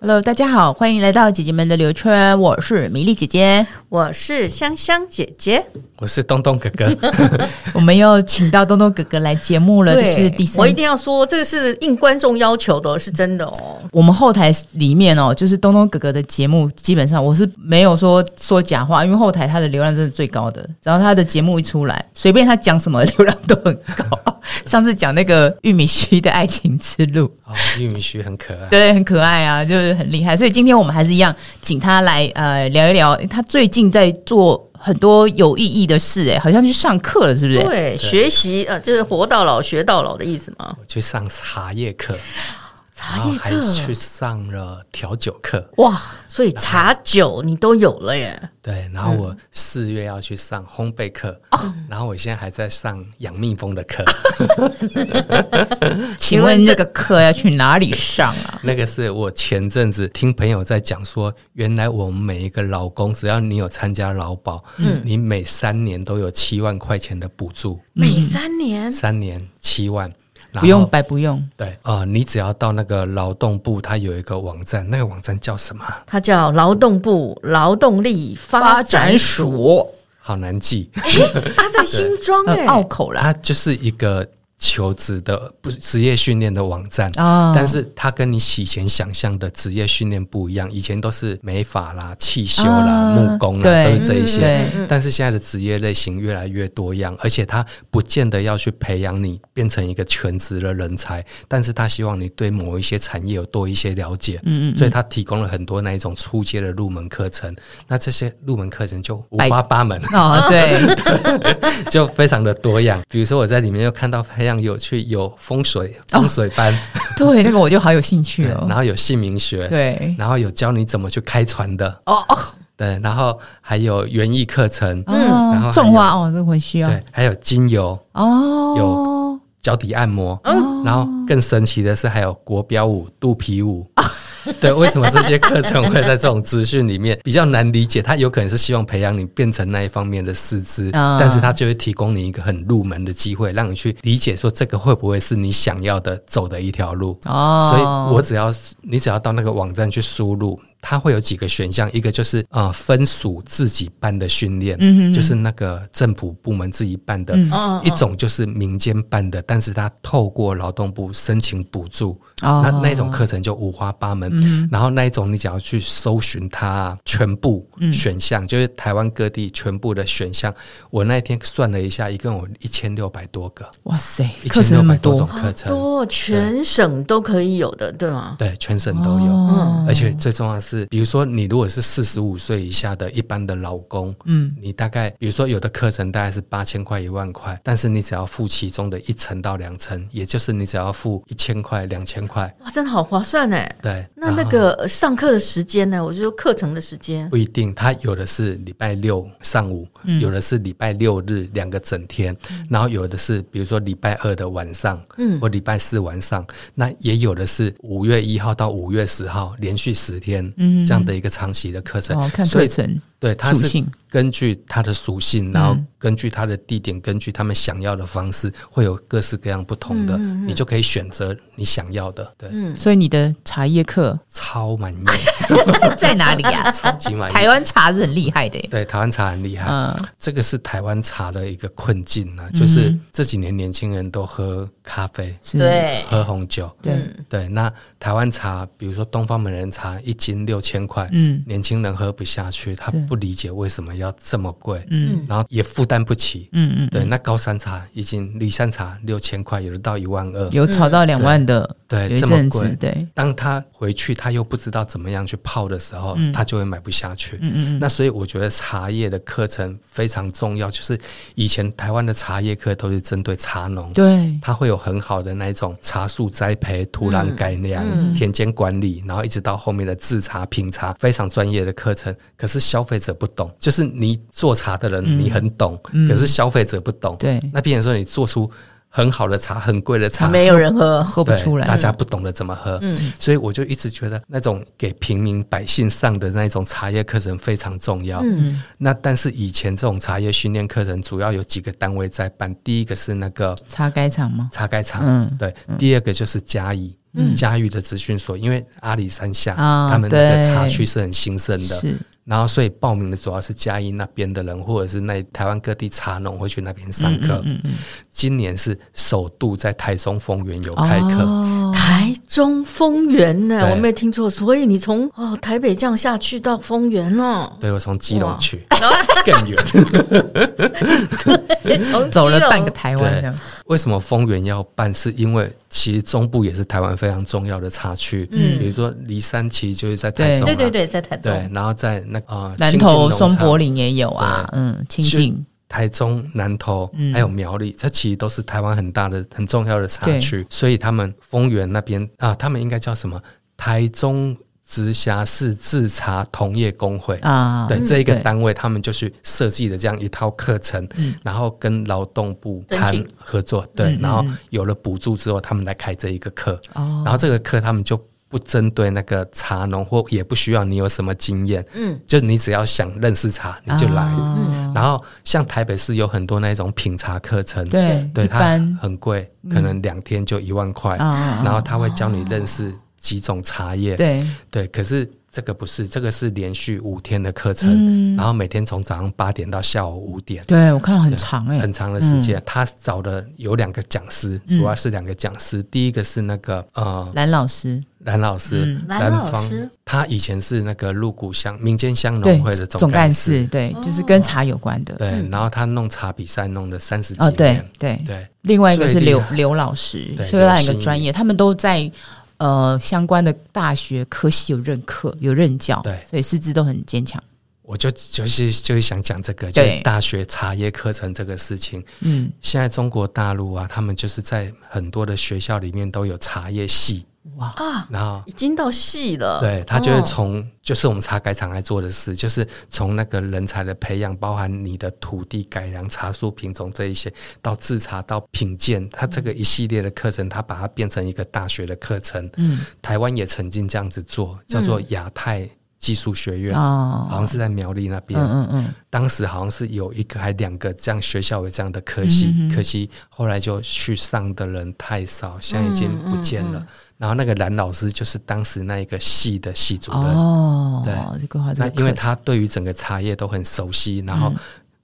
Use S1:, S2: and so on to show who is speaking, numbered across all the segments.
S1: Hello，大家好，欢迎来到姐姐们的刘圈，我是米粒姐 姐。
S2: 我是香香姐姐，
S3: 我是东 东哥哥，
S1: 我们又请到东东哥哥来节目了，就是第三
S2: 我一定要说，这个是应观众要求的，是真的哦。
S1: 我们后台里面哦，就是东东哥哥的节目，基本上我是没有说说假话，因为后台他的流量真的最高的。然后他的节目一出来，随便他讲什么流量都很高。上次讲那个玉米须的爱情之路，
S3: 哦，玉米须很可 爱。
S1: 对，很可爱啊，就是很厉害。所以今天我们还是一样，请他来呃聊一聊，他最近在做很多有意义的事、诶，好像去上课了，是不是？
S2: 对，学习呃，就是活到老学到老的意思嘛。
S3: 我去上茶叶课，然
S2: 茶
S3: 后
S2: 叶
S1: 哦
S3: 还去
S2: 课
S3: 上了调酒课，
S2: 哇，所以茶酒你都有了耶。
S3: 对，然后
S2: 嗯
S3: 我四月要去上烘焙课，
S2: 哦
S3: 然后我现在还在上养蜜蜂的课，
S1: 请问这个课要去哪里上啊？
S3: 那个是我前阵子听朋友在讲说，原来我们每一个劳工，只要你有参加劳保，嗯，你每三年都有七万块钱的补助，
S2: 每三年
S3: 三年七万，然后
S1: 不用白不用，
S3: 对啊、呃你只要到那个劳动部，它有一个网站，那个网站叫什么啊？
S2: 它叫劳动部劳动力发展署
S3: 好难记，
S2: 啊，在新庄
S1: 很
S2: 哎，
S1: 呃拗口 啦。
S3: 它就是一个求职的不职业训练的网站
S1: 哦
S3: 但是它跟你以前想象的职业训练不一样，以前都是美发啦、汽修啦、
S1: 啊
S3: 木工啦，
S1: 对
S3: 都是这一
S1: 嗯对
S3: 些。但是现在的职业类型越来越多样，而且它不见得要去培养你变成一个全职的人才，但是他希望你对某一些产业有多一些了解。嗯嗯所以他提供了很多那一种初阶的入门课程，那这些入门课程就五
S1: 百
S3: 花八门。
S1: 哦， 对，
S3: 就非常的多样。比如说我在里面又看到非常有趣，有风水风水班，
S1: 对，那个我就好有兴趣
S3: 对然
S1: 哦。
S3: 后有姓名学，，
S1: 对，
S3: 然后有教你怎么去开船的，
S1: 哦哦，
S3: 对，然后还有园艺课程，
S1: 嗯，
S3: 然后还有
S1: 种花哦，这个很需要
S3: 对，还有精油、
S1: 哦。
S3: 有脚底按摩，然后更神奇的是还有国标舞、肚皮舞。 对，为什么这些课程会在这种资讯里面比较难理解？它有可能是希望培养你变成那一方面的师资，
S1: 啊
S3: 但是它就会提供你一个很入门的机会，让你去理解说这个会不会是你想要的走的一条路。
S1: 哦，
S3: 所以我只要你只要到那个网站去输入，它会有几个选项，一个就是呃分属自己办的训练，
S1: 嗯
S3: 就是那个政府部门自己办的；
S2: 哦
S3: 一种就是民间办的，但是它透过劳动部申请补助，
S1: 哦嗯
S3: 那那一种课程就五花八门。然后那一种你只要去搜寻它全部
S1: 嗯
S3: 选项，就是台湾各地全部的选项。我那一天算了一下，一共有一千六百多个，
S1: 哇塞，
S3: 一
S1: 课
S3: 千
S1: 程
S3: 六
S1: 那
S3: 百
S1: 么
S3: 多种
S1: 多，哦
S3: 课程。
S2: 多全省都可以有的，对吗？嗯
S3: 对，全省都有。嗯
S1: 哦
S3: 而且最重要的是，比如说你如果是四十五岁以下的一般的劳工，嗯，你大概比如说有的课程大概是八千块一万块，但是你只要付其中的一层到两层，也就是你只要付一千块两千块，
S2: 哇，真的好划算哎。
S3: 对。
S2: 那
S3: 然
S2: 那
S3: 后
S2: 个呃上课的时间呢？我就说课程的时间
S3: 不一定，他有的是礼拜六上午，有的是礼拜六日两个整天，然后有的是比如说礼拜二的晚上，嗯，或礼拜四晚上，那也有的是五月一号到五月十号连续十天，嗯，这样的一个长期的课程，
S1: 哦，看
S3: 所
S1: 课
S3: 以
S1: 程
S3: 对，它
S1: 属
S3: 是
S1: 性嗯
S3: 根据它的属性，然后根据它的地点，根据他们想要的方式，会有各式各样不同
S1: 嗯
S3: 的，你就可以选择你想要的，对，
S1: 所以你的茶叶 课
S3: 超满 意，
S1: 在哪里呀、
S3: 超级满意，
S1: 台湾茶是很厉害的耶，
S3: 对，台湾茶很厉害，
S1: 嗯
S3: 这个是台湾茶的一个困境啊，就是这几年年轻人都喝咖啡、
S1: 是，
S3: 喝红酒，
S1: 对
S3: 对。那台湾茶，比如说东方美人茶，一斤六千块，
S1: 嗯
S3: 年轻人喝不下去，他
S1: 对
S3: 不理解为什么要这么贵，
S1: 嗯
S3: 然后也负担不起。
S1: 嗯嗯，
S3: 对，那高山茶已经离山茶六千块，有的到一万二，
S1: 有炒到两万的，
S3: 对
S1: 有一
S3: 这么
S1: 阵子
S3: 贵，
S1: 对，
S3: 当他回去他又不知道怎么样去泡的时候，他就会买不下去。
S1: 嗯嗯嗯，
S3: 那所以我觉得茶叶的课程非常重要，就是以前台湾的茶叶课都是针对茶农，
S1: 对，
S3: 它会有很好的那一种茶树栽培、土壤改良、
S1: 嗯
S3: 田间管理，然后一直到后面的制茶、品茶，非常专业的课程。可是消费者不懂，就是你做茶的人、你很懂，可是消费者不懂。
S1: 嗯对
S3: 那变成说你做出很好的茶、很贵的茶，
S2: 没有人喝，
S1: 喝不
S3: 对
S1: 出
S3: 大
S1: 来，嗯
S3: 家不懂得怎么喝，所以我就一直觉得那种给平民百姓上的那一种茶叶课程非常重要。嗯，那但是以前这种茶叶训练课程主要有几个单位在办，第一个是那个
S1: 茶改厂吗？
S3: 茶改厂，
S1: 嗯
S3: 对，第二个就是嘉义。嘉义的资讯所，因为阿里山下、
S1: 啊
S3: 他们那个
S1: 对
S3: 茶区是很兴盛的，
S1: 是，
S3: 然后所以报名的主要是嘉义那边的人，或者是那台湾各地茶农会去那边上课。今年是首度在台中丰原有开课，
S1: 哦
S2: 台中丰原呢、
S3: 对
S2: 我没有听错，所以你从哦台北这样下去到丰原哦，
S3: 对我从基隆
S2: 哇
S3: 去更远。
S2: 从
S1: 走了
S2: 基隆
S1: 半个台湾
S3: 对
S1: 这样，
S3: 为什么丰原要办？是因为其实中部也是台湾非常重要的茶区，比如说离山其实就是在台中、啊，
S2: 对对对，在台中，
S3: 对然后在那个呃
S1: 南
S3: 新进
S1: 投
S3: 农
S1: 松
S3: 场
S1: 柏林也有啊，嗯，清
S3: 是
S1: 境，
S3: 台中、南投
S1: 嗯
S3: 还有苗栗，这其实都是台湾很大的、很重要的茶区，所以他们丰原那边啊，他们应该叫什么？台中直辖市制茶同业工会。
S1: 啊，
S3: 对这一个
S1: 对嗯
S3: 单位，他们就去设计了这样一套课程，然后跟劳动部
S2: 申
S3: 谈
S2: 请
S3: 合作，对，然后有了补助之后，他们来开这一个课，
S1: 哦
S3: 然后这个课他们就不针对那个茶农，或也不需要你有什么经验，嗯，就你只要想认识茶，你就来，
S1: 啊
S3: 然后像台北市有很多那种品茶课程，
S1: 对
S3: 对，
S1: 一
S3: 它
S1: 般嗯
S3: 很贵，可能两天就一万块，
S1: 啊
S3: 然后他会教你认识几种茶叶，
S1: 对，
S3: 对，可是这个不是，这个是连续五天的课程，然后每天从早上八点到下午五点。
S1: 嗯对我看到很长哎，
S3: 很长的时间，他找的有两个讲师，
S1: 嗯
S3: 主要是两个讲师。第一个是那个呃
S1: 蓝嗯老师，
S3: 蓝老师，
S2: 蓝老
S3: 方
S2: 师，
S3: 他以前是那个鹿谷乡民间乡
S1: 对
S3: 农会的，
S1: 总
S3: 干哦
S1: 干事，对，就是跟茶有关的，嗯
S3: 对，然后他弄茶比赛弄了三十几
S1: 哦，
S3: 年，
S1: 对对，
S3: 对
S1: 另外一个是
S3: 最厉
S1: 刘
S3: 害
S1: 刘老师，
S3: 对
S1: 所以那
S3: 刘
S1: 一个
S3: 心怡
S1: 专业，他们都在呃相关的大学科系有任课有任教，
S3: 对
S1: 所以师资都很坚强。
S3: 我就就是就是想讲这个，就是
S1: 对
S3: 大学茶叶课程这个事情。
S1: 嗯，
S3: 现在中国大陆啊，他们就是在很多的学校里面都有茶叶系，
S2: 啊，
S3: 然后
S2: 已经到细了，
S3: 对他就是
S2: 哦
S3: 从、就是我们茶改厂来做的事，就是从那个人才的培养，包含你的土地改良、茶树品种这一些，到制茶到品鉴，它这个一系列的课程，它把它变成一个大学的课程。嗯，台湾也曾经这样子做，叫做亚太技术学院，
S1: 哦，
S3: 好像是在苗栗那边。
S1: 嗯嗯嗯，
S3: 当时好像是有一个还两个这样学校有这样的科系，
S1: 嗯
S3: 可惜后来就去上的人太少，现在已经不见
S1: 嗯
S3: 了。然后那个蓝老师就是当时那一个系的系主任，
S1: 哦，
S3: 对
S1: 这个话这
S3: 那
S1: 个
S3: 因为
S1: 课
S3: 他对于整个茶叶都很熟悉，然后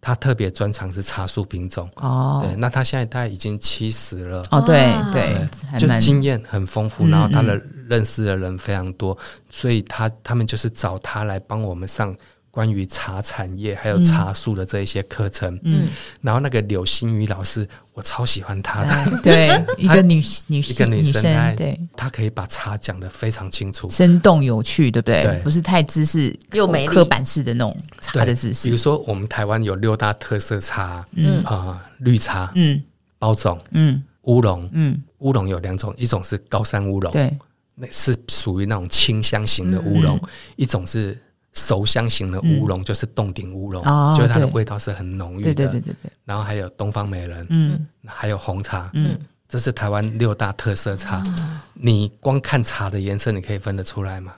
S3: 他特别专长是茶树品种。
S1: 哦
S3: 对，那他现在大概已经七十了，
S1: 哦对对
S3: 对，
S1: 还
S3: 就
S1: 蛮
S3: 经验很丰富，然后他的认识的人非常多，所以他他们就是找他来帮我们上关于茶产业还有茶树的这一些课程。嗯，然后那个柳新宇老师，我超喜欢他的，
S1: 对一
S3: 他
S1: 个女女
S3: 一个
S1: 嗯女
S3: 女生，她
S1: 对。
S3: 她可以把茶讲得非常清楚。
S1: 生动有趣，对不对？
S3: 对
S1: 不是太知识
S2: 又美丽
S1: 刻板式的那种茶
S3: 对
S1: 的知
S3: 比如
S1: 识。
S3: 说我们台湾有六大特色茶，嗯啊、绿茶、
S1: 嗯
S3: 包种、
S1: 嗯
S3: 乌龙，
S1: 嗯，
S3: 乌龙有两种，一种是高山乌龙，
S1: 对，
S3: 那是属于那种清香型的乌
S1: 嗯
S3: 龙，一种是熟香型的乌龙，就是冻顶乌龙，
S1: 哦
S3: 就是它的
S1: 对
S3: 味道是很浓郁
S1: 对
S3: 的。
S1: 对对对对，
S3: 然后还有东方美人，
S1: 嗯
S3: 还有红茶，嗯，这是台湾六大特色茶。
S1: 嗯
S3: 你光看茶的颜色，你可以分得出来吗？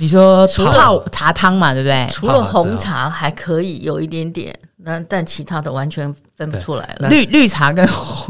S1: 你说
S3: 除了
S1: 泡茶汤嘛，对不对？
S2: 除了红茶还可以有一点点，那但其他的完全分不出来了。
S1: 绿绿茶跟 红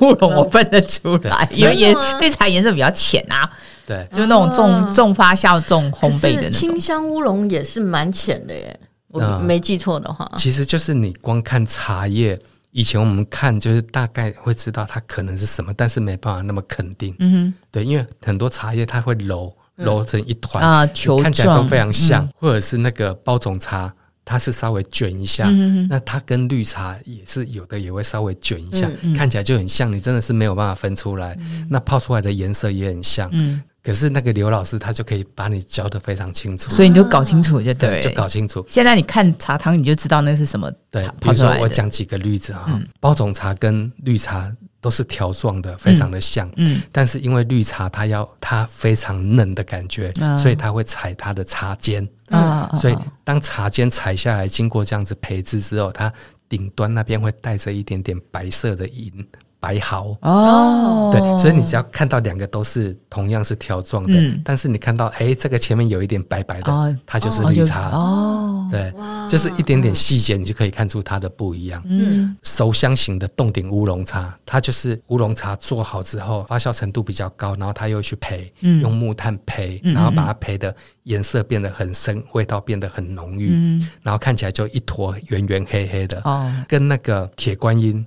S1: 乌龙我分得出
S2: 嗯
S1: 来，
S3: 对
S1: 因为颜
S2: 真的吗
S1: 绿茶颜色比较浅啊，
S3: 对，
S1: 就那
S2: 哦
S1: 种重重发酵、重烘
S2: 可
S1: 焙的
S2: 是
S1: 那
S2: 清
S1: 种。
S2: 香乌龙也是蛮浅的耶，我
S3: 嗯
S2: 没记错的话，
S3: 其实就是你光看茶叶，以前我们看就是大概会知道它可能是什么，但是没办法那么肯定。
S1: 嗯
S3: 对，因为很多茶叶它会揉揉成一团
S1: 啊球
S3: 看起来都
S1: 状
S3: 非常像，或者是那个包种茶，它是稍微卷一
S1: 嗯
S3: 下，那它跟绿茶也是有的也会稍微卷一下，
S1: 嗯
S3: 看起来就很像，你真的是没有办法分出来。那泡出来的颜色也很像，
S1: 嗯
S3: 可是那个刘老师他就可以把你教的非常清楚，
S1: 所以你就搞清楚就对
S3: 对，
S1: 了，
S3: 就搞清楚。
S1: 现在你看茶汤，你就知道那是什么
S3: 对，比
S1: 泡
S3: 如
S1: 出
S3: 说
S1: 来的。嗯
S3: 我讲几个例子哈、包种茶跟绿茶都是条状的，非常的像。
S1: 嗯
S3: 但是因为绿茶它要它非常嫩的感觉，
S1: 啊
S3: 所以它会踩它的茶尖，
S1: 啊，啊
S3: 嗯所以
S1: 啊
S3: 当茶尖踩下来，经过这样子培植之后，它顶端那边会带着一点点白色的银白毫。
S1: 哦，
S3: 对，所以你只要看到两个都是同样是条状的，
S1: 嗯
S3: 但是你看到哎、这个前面有一点白白的，
S1: 哦
S3: 它就是
S1: 哦
S3: 绿茶。
S1: 哦，
S3: 对，就是一点点细节，你就可以看出它的不一样。嗯，熟香型的冻顶乌龙茶，它就是乌龙茶做好之后，发酵程度比较高，然后它又去焙，用木炭焙，然后把它焙的颜色变得很深，味道变得很浓郁，然后看起来就一坨圆圆黑黑的，
S1: 哦啊
S3: 跟那个铁观音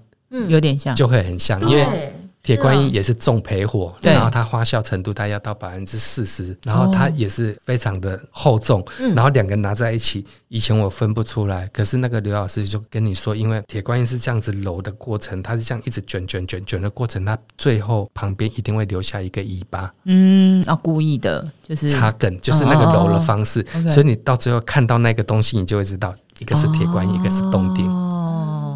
S1: 有点像，
S3: 就会很像，因为。
S2: 嗯对，
S3: 铁观音也是重焙火，
S1: 啊对
S3: 然后它发酵程度它要到百分之四十，然后它也是非常的厚重，
S1: 哦嗯
S3: 然后两个拿在一起，以前我分不出来，可是那个刘老师就跟你说，因为铁观音是这样子揉的过程，它是这样一直卷卷卷卷的过程，它最后旁边一定会留下一个尾巴
S1: 嗯啊，故意的，就是哦
S3: 插梗，就是那个揉的方式，
S1: OK
S3: 所以你到最后看到那个东西，你就会知道一个是铁观音，一个是洞顶。
S1: 哦，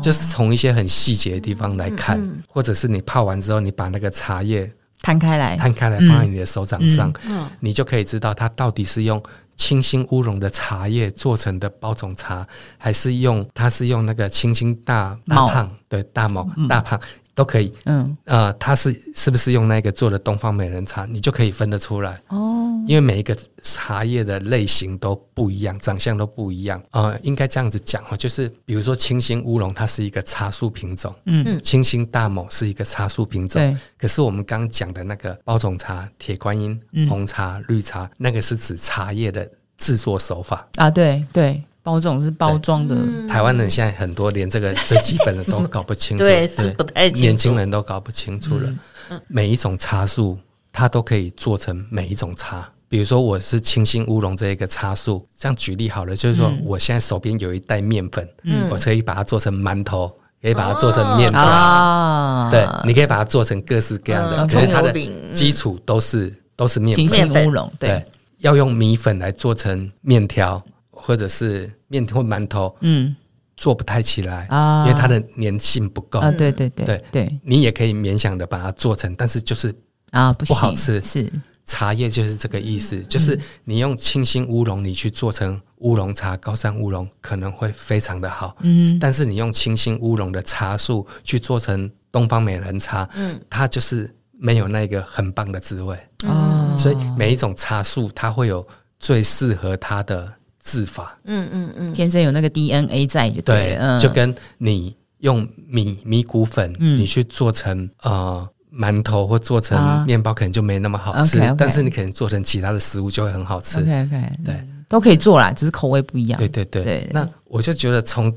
S3: 就是从一些很细节的地方来
S1: 嗯
S3: 看，或者是你泡完之后，你把那个茶叶
S1: 摊开来，
S3: 摊开来放在你的手掌上，你就可以知道它到底是用清新乌龙的茶叶做成的包种茶，还是用它是用那个清新大大
S1: 毛
S3: 胖对大毛大胖都可以。
S1: 嗯，
S3: 呃，它是是不是用那个做的东方美人茶，你就可以分得出来哦。因为每一个茶叶的类型都不一样，长相都不一样。呃，应该这样子讲哦，就是比如说清新乌龙，它是一个茶树品种，嗯，清新大某是一个茶树品种，
S1: 对，
S3: 可是我们刚讲的那个包种茶、铁观音、
S2: 嗯
S3: 红茶、绿茶，那个是指茶叶的制作手法。
S1: 啊，对对，包种是包装的，
S2: 嗯
S3: 台湾人现在很多连这个最基本的都搞不清 楚，
S2: 对是不太清楚嗯
S3: 年轻人都搞不清楚了。每一种茶树，它都可以做成每一种茶。比如说，我是清新乌龙这一个茶树，这样举例好了，就是说，
S2: 嗯
S3: 我现在手边有一袋面粉，我可以把它做成馒头，可以把它做
S2: 哦
S3: 成面包，
S1: 啊，
S3: 对，你可以把它做成各式各样的，
S1: 嗯
S3: 可是它
S2: 葱油
S3: 的
S2: 饼
S3: 基础都是都是面
S1: 清
S3: 粉，
S1: 新
S2: 面粉
S1: 乌龙，对，，
S3: 要用米粉来做成面条，或者是面或馒头，
S1: 嗯
S3: 做不太起来
S1: 啊
S3: 因为它的粘性不够。
S1: 啊，对对对
S3: 哦对
S1: 对
S3: 你也可以勉强的把它做成，但是就是
S1: 啊，不
S3: 不好
S1: 行
S3: 吃
S1: 是
S3: 茶叶就是这个意
S1: 嗯
S3: 思，就是你用清新乌龙你去做成乌龙茶、高山乌龙可能会非常的好，嗯，但是你用清新乌龙的茶树去做成东方美人茶，嗯，它就是没有那个很棒的滋味，
S2: 嗯
S1: 哦，
S3: 所以每一种茶树它会有最适合它的制法，
S2: 嗯嗯嗯，
S1: 天生有那个 DNA 在就
S3: 对，
S1: 了嗯，
S3: 就跟你用米米谷粉，你去做成呃。馒头或做成
S1: 啊
S3: 面包可能就没那么好吃
S1: OK，OK
S3: 但是你可能做成其他的食物就会很好吃。
S1: OK OK，
S3: 对
S1: 嗯都可以做啦，只是口味不一样，
S3: 对对对，
S1: 对
S3: 那我就觉得从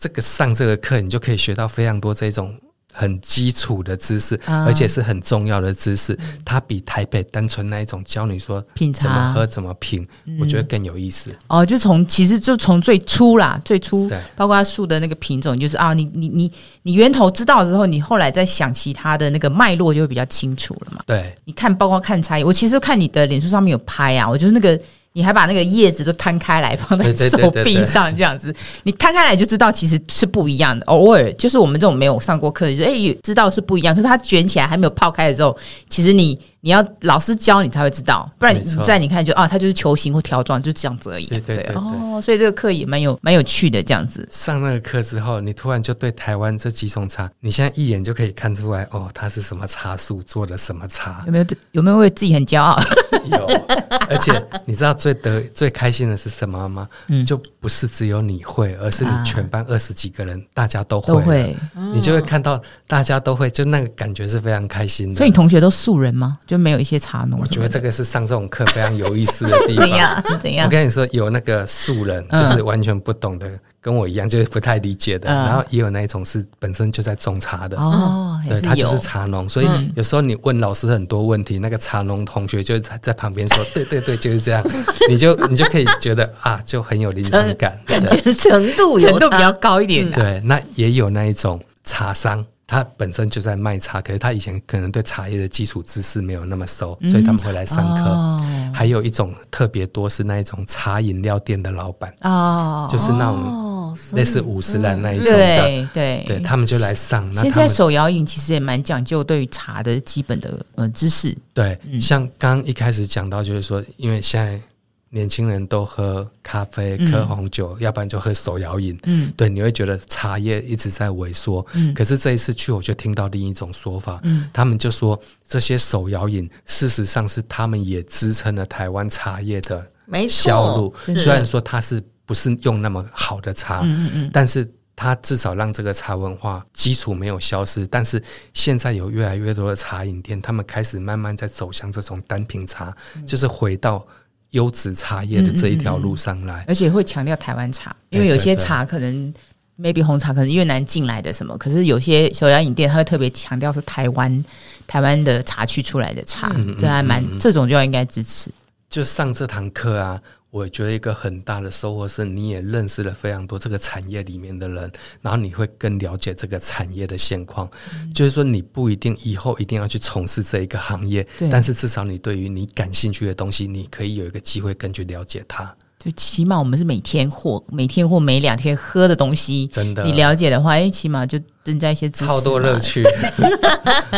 S3: 这个上这个课，你就可以学到非常多这种很基础的知识，
S1: 啊嗯
S3: 而且是很重要的知识。它比台北单纯那一种教你说
S1: 品
S3: 怎么
S1: 茶嗯
S3: 喝怎么品，我觉得更有意思。
S1: 哦，就从其实就从最初啦，最初
S3: 对
S1: 包括它树的那个品种，就是啊，你你你你源头知道之后，你后来再想其他的那个脉络就会比较清楚了嘛。
S3: 对，
S1: 你看，包括看茶叶，我其实看你的脸书上面有拍啊，我就是那个。你还把那个叶子都摊开来放在
S3: 对对对
S1: 手
S3: 对对
S1: 臂上，这样子，你摊开来就知道其实是不一样的。偶尔就是我们这种没有上过课，就是哎、也知道是不一样，可是它卷起来还没有泡开的时候，其实你你要老师教你才会知道，不然你
S3: 没错
S1: 在你看就啊，它就是球形或条状，就这样子而已。
S3: 对对对对
S1: 哦，所以这个课也蛮有蛮有趣的，这样子。
S3: 上那个课之后，你突然就对台湾这几种茶，你现在一眼就可以看出来哦，它是什么茶树做的什么茶
S1: 有没有有没有为自己很骄傲？
S3: 有， 而且你知道最得最开心的是什么吗？
S1: 嗯
S3: 就不是只有你会，而是你全班二十几个人、大家都会
S1: 啊都
S3: 了，
S1: 会，
S3: 你就会看到大家都会，就那个感觉是非常开心的。
S1: 所以你同学都素人吗？就没有一些茶农什么的？
S3: 我觉得这个是上这种课 非常有意思的地方。
S1: 怎样怎
S3: 我
S1: 样？
S3: 跟你说，有那个素人，就是完全不懂的，跟我一样就是不太理解的，
S1: 嗯
S3: 然后也有那一种是本身就在种茶的。
S1: 哦，也
S3: 嗯对
S1: 是
S3: 他就
S1: 有嗯
S3: 是茶农，所以有时候你问老师很多问题，那个茶农同学就在在旁边说：“对对对，就是 这样。”你就你就可以觉得啊，就很有临场感。
S2: 感
S3: 对
S2: 觉 程度有
S1: 程度比较
S2: 差
S1: 高一点的。
S3: 对，那也有那一种茶商，他本身就在卖茶，可是他以前可能对茶叶的基础知识没有那么熟，所以他们会来上课。
S1: 嗯哦
S3: 还有一种特别多是那一种茶饮料店的老板，
S1: 哦，嗯
S3: 就是那种
S2: 哦，所以
S3: 类似五十岚那一种的，
S1: 对对
S3: 对他们就来上。那
S1: 现
S3: 他
S1: 在
S3: 们
S1: 手摇饮其实也蛮讲究对于茶的基本的呃知识，
S3: 对，
S1: 嗯
S3: 像刚一开始讲到，就是说，因为现在年轻人都喝咖啡、喝红酒，要不然就喝手摇饮。
S1: 嗯，
S3: 对，你会觉得茶叶一直在萎缩。
S1: 嗯
S3: 可是这一次去，我就听到另一种说法，
S1: 嗯
S3: 他们就说这些手摇饮事实上是他们也支撑了台湾茶叶的
S2: 没错
S3: 销路，
S1: 真
S2: 的
S3: 虽然说它是不是用那么好的茶，
S1: 嗯嗯嗯，
S3: 但是它至少让这个茶文化基础没有消失。但是现在有越来越多的茶饮店，他们开始慢慢在走向这种单品茶，就是回到优质茶叶的这一条路上来。
S1: 而且会强调台湾茶，
S3: 对
S1: 因为有
S3: 对
S1: 些
S3: 对
S1: 茶可能 maybe 红茶可能越南进来的什么，可是有些手摇饮店它会特别强调是台湾台湾的茶区出来的茶，
S3: 嗯
S1: 这还蛮这种就要应该支持。
S3: 就上这堂课啊，我觉得一个很大的收获是，你也认识了非常多这个产业里面的人，然后你会更了解这个产业的现况。
S1: 嗯
S3: 就是说，你不一定以后一定要去从事这一个行业
S1: 对，
S3: 但是至少你对于你感兴趣的东西，你可以有一个机会更去了解它。
S1: 就起码我们是每天或每天或每两天喝的东西，
S3: 真的
S1: 你了解的话，哎，起码就增加一些知识，
S3: 超多 乐。趣，